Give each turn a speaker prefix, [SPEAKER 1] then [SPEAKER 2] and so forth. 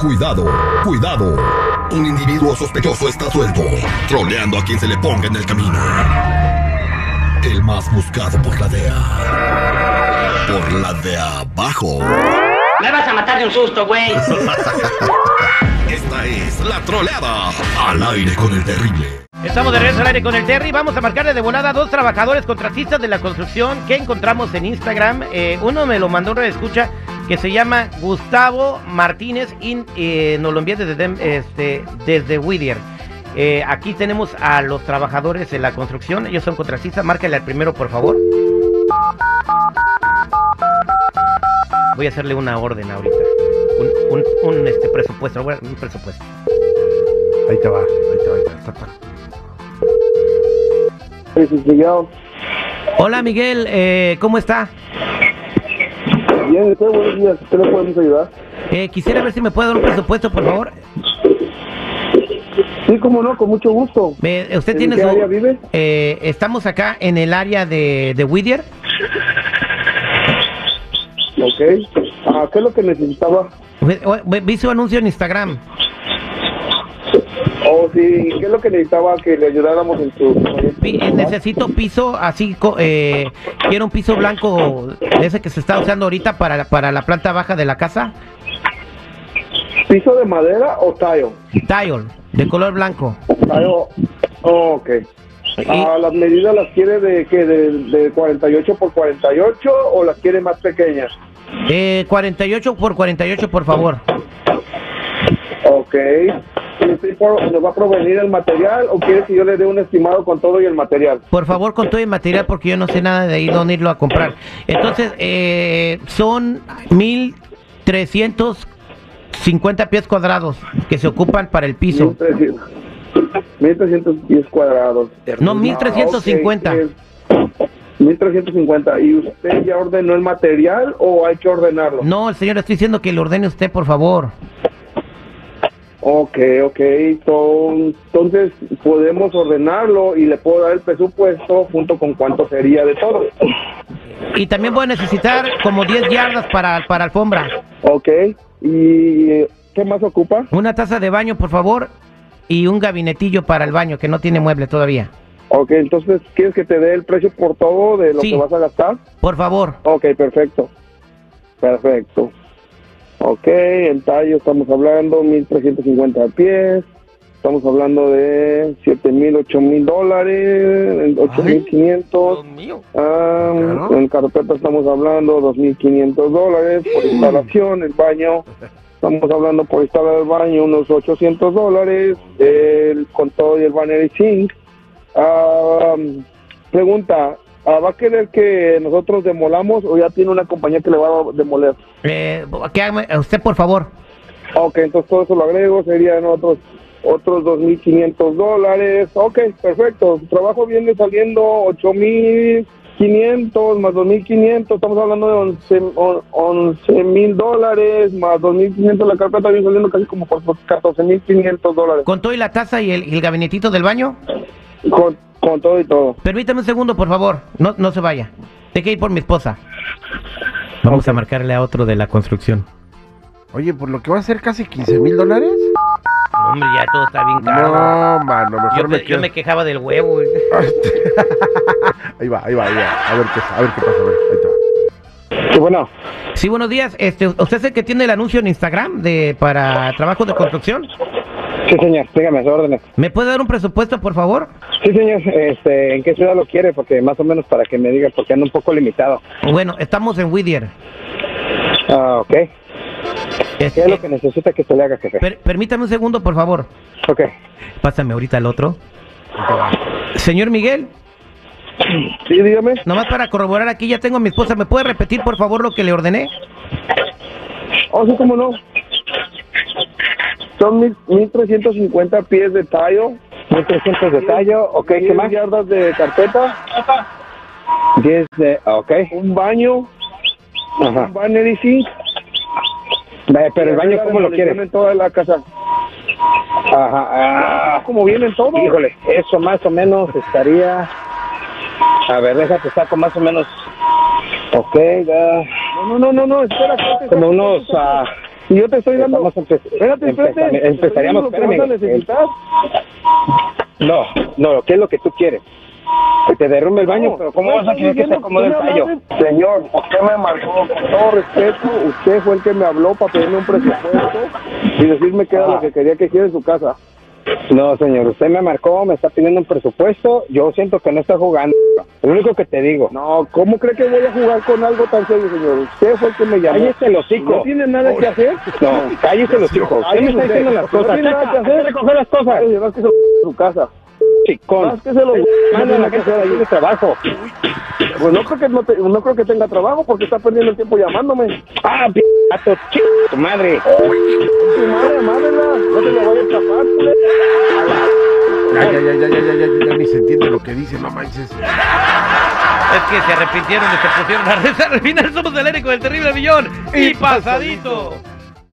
[SPEAKER 1] Cuidado, cuidado. Un individuo sospechoso está suelto, troleando a quien se le ponga en el camino. El más buscado por la DEA. Por la de abajo.
[SPEAKER 2] Me vas a matar de un susto, güey.
[SPEAKER 1] Esta es la troleada. Al aire con el terrible.
[SPEAKER 3] Estamos de regreso al aire con el Terry. Vamos a marcarle de volada a dos trabajadores contratistas de la construcción que encontramos en Instagram. Eh, uno me lo mandó una escucha que se llama Gustavo Martínez y eh, nos lo envía desde, este, desde Whittier. Eh, aquí tenemos a los trabajadores de la construcción. Ellos son contratistas. Márcale al primero, por favor. Voy a hacerle una orden ahorita. Un, un, un, este, presupuesto. Un presupuesto.
[SPEAKER 4] Ahí te va, ahí te va, ahí te va. Ta, ta.
[SPEAKER 5] Pues, este,
[SPEAKER 3] Hola Miguel, eh, ¿cómo está?
[SPEAKER 5] Bien, usted, buenos días. ¿Qué le podemos ayudar?
[SPEAKER 3] Eh, quisiera ver si me puede dar un presupuesto, por favor.
[SPEAKER 5] Sí, cómo no, con mucho gusto.
[SPEAKER 3] Me- ¿Usted
[SPEAKER 5] ¿En
[SPEAKER 3] tiene
[SPEAKER 5] qué
[SPEAKER 3] su-
[SPEAKER 5] área vive?
[SPEAKER 3] Eh, estamos acá en el área de, de Whittier.
[SPEAKER 5] Ok. Ah, ¿Qué es lo que necesitaba?
[SPEAKER 3] Ve- o- Vi su anuncio en Instagram.
[SPEAKER 5] Oh, sí, ¿qué es lo que necesitaba que le ayudáramos en su proyecto?
[SPEAKER 3] Pi- eh, necesito piso así, co- eh, quiero un piso blanco, de ese que se está usando ahorita para, para la planta baja de la casa.
[SPEAKER 5] ¿Piso de madera o tile?
[SPEAKER 3] Tile, de color blanco.
[SPEAKER 5] Tile. Oh, ok. Ah, ¿Las medidas las quiere de, que de, de 48 por 48 o las quiere más pequeñas?
[SPEAKER 3] Eh, 48 por 48, por favor.
[SPEAKER 5] Ok. ¿Y usted por- ¿Nos va a provenir el material o quiere que yo le dé un estimado con todo y el material?
[SPEAKER 3] Por favor, con todo el material, porque yo no sé nada de ahí dónde irlo a comprar. Entonces, eh, son 1.350 pies cuadrados que se ocupan para el piso.
[SPEAKER 5] 1300 1310 cuadrados.
[SPEAKER 3] No,
[SPEAKER 5] Ah,
[SPEAKER 3] 1350.
[SPEAKER 5] ok, eh, 1350. ¿Y usted ya ordenó el material o hay que ordenarlo?
[SPEAKER 3] No, el señor, estoy diciendo que lo ordene usted, por favor.
[SPEAKER 5] Ok, ok. Ton- Entonces podemos ordenarlo y le puedo dar el presupuesto junto con cuánto sería de todo.
[SPEAKER 3] Y también voy a necesitar como 10 yardas para, para alfombra.
[SPEAKER 5] Ok. ¿Y eh, qué más ocupa?
[SPEAKER 3] Una taza de baño, por favor. Y un gabinetillo para el baño, que no tiene mueble todavía.
[SPEAKER 5] Ok, entonces ¿quieres que te dé el precio por todo de lo
[SPEAKER 3] Sí.
[SPEAKER 5] que vas a gastar?
[SPEAKER 3] Por favor.
[SPEAKER 5] Ok, perfecto. Perfecto. Ok, el tallo estamos hablando 1350 pies. Estamos hablando de 7000, 8000 dólares, 8500.
[SPEAKER 3] mío.
[SPEAKER 5] Ah,
[SPEAKER 4] Claro.
[SPEAKER 5] En carpeta estamos hablando 2500 dólares por instalación, el baño. Estamos hablando por instalar el baño unos 800 dólares, el, con todo y el banner y zinc. Ah, pregunta, ah, ¿va a querer que nosotros demolamos o ya tiene una compañía que le va a demoler?
[SPEAKER 3] Eh, que haga- usted, por favor.
[SPEAKER 5] Ok, entonces todo eso lo agrego, serían otros otros 2.500 dólares. Ok, perfecto. Su trabajo viene saliendo 8.500 más 2.500, estamos hablando de 11 on- 11.000 dólares, más 2.500 la carpeta viene saliendo casi como por 14.500 dólares.
[SPEAKER 3] Con todo y la taza y el, y el gabinetito del baño.
[SPEAKER 5] Con, con todo y todo.
[SPEAKER 3] Permítame un segundo, por favor. No, no se vaya. Deje ir por mi esposa. Vamos a marcarle a otro de la construcción.
[SPEAKER 4] Oye, por lo que va a ser casi 15 mil dólares.
[SPEAKER 3] Hombre, ya todo está bien caro.
[SPEAKER 4] No, mano, mejor
[SPEAKER 3] yo,
[SPEAKER 4] me
[SPEAKER 3] pe- yo
[SPEAKER 4] quedo.
[SPEAKER 3] me quejaba del huevo. güey.
[SPEAKER 4] Ahí va, ahí va, ahí va. A ver qué, a ver qué pasa, a ver, ahí te va.
[SPEAKER 5] Y bueno,
[SPEAKER 3] Sí, buenos días. Este, ¿Usted es el que tiene el anuncio en Instagram de para trabajo de construcción?
[SPEAKER 5] sí señor, dígame, a sus órdenes.
[SPEAKER 3] ¿Me puede dar un presupuesto, por favor?
[SPEAKER 5] Sí señor, este, ¿en qué ciudad lo quiere? Porque más o menos para que me diga, porque anda un poco limitado.
[SPEAKER 3] Bueno, estamos en Whittier.
[SPEAKER 5] Ah, ok.
[SPEAKER 3] Este,
[SPEAKER 5] ¿Qué es lo que necesita que se le haga, jefe?
[SPEAKER 3] per- permítame un segundo, por favor.
[SPEAKER 5] Ok.
[SPEAKER 3] Pásame ahorita el otro. Señor Miguel,
[SPEAKER 5] Sí, dígame.
[SPEAKER 3] nomás para corroborar aquí, ya tengo a mi esposa. ¿Me puede repetir, por favor, lo que le ordené?
[SPEAKER 5] Oh, sí, cómo no. Son mil- 1350 pies de tallo. 1300 de tallo, ok, ¿qué más? yardas de carpeta. 10 de, ok. Un baño. Un banner y zinc. pero el baño, ¿cómo lo quiere? En toda la casa. Ah, Ajá. ¿Cómo vienen todo? Híjole, eso más o menos estaría. A ver, déjate, saco más o menos. Ok, No, no, no, no, espera. Como unos ah, Y yo te estoy dando.
[SPEAKER 6] Estamos empe-
[SPEAKER 5] Espérate, espérate.
[SPEAKER 6] empezame- empezaríamos,
[SPEAKER 5] Lo que vas a
[SPEAKER 6] espérame.
[SPEAKER 5] necesitar.
[SPEAKER 6] No, no, ¿qué es lo que tú quieres? Que te derrumbe el baño, pero ¿cómo
[SPEAKER 5] No,
[SPEAKER 6] vas a
[SPEAKER 5] estoy
[SPEAKER 6] querer que se
[SPEAKER 5] diciendo ¿eh?
[SPEAKER 6] acomode el
[SPEAKER 5] tú me
[SPEAKER 6] tallo?
[SPEAKER 5] hablaste. Señor, usted me marcó. Con todo respeto, usted fue el que me habló para pedirme un presupuesto y decirme que era
[SPEAKER 6] Ajá.
[SPEAKER 5] lo que quería que hiciera en su casa.
[SPEAKER 6] No, señor, usted me marcó, me está pidiendo un presupuesto, yo siento que no está jugando. Lo único que te digo.
[SPEAKER 5] No, ¿cómo cree que voy a jugar con algo tan serio, señor? Usted fue el que me llamó.
[SPEAKER 6] Cállese el hocico.
[SPEAKER 5] ¿No tiene nada que hacer?
[SPEAKER 6] No, cállese los hijos. ¿Qué me está diciendo las cosas?
[SPEAKER 5] ¿No tiene nada que
[SPEAKER 6] Checa, hay que
[SPEAKER 5] hacer?
[SPEAKER 6] recoger las cosas.
[SPEAKER 5] Ay, vas que se lo su casa.
[SPEAKER 6] Chicón.
[SPEAKER 5] Vas que se lo
[SPEAKER 6] Manda a la gente ahí de trabajo.
[SPEAKER 5] Pues no creo, que no, te- no creo que tenga trabajo porque está perdiendo el tiempo llamándome.
[SPEAKER 6] Ah, p***, ch... tu madre.
[SPEAKER 5] Tu madre, mádela, no te le vayas a escapar. culero.
[SPEAKER 4] Ya, ya, ya, ya, ya, ya, ya, ya ni se entiende lo que dice, no manches.
[SPEAKER 3] Es que se arrepintieron y se pusieron a rezar. Al final somos el aire con el terrible millón y, pasadito.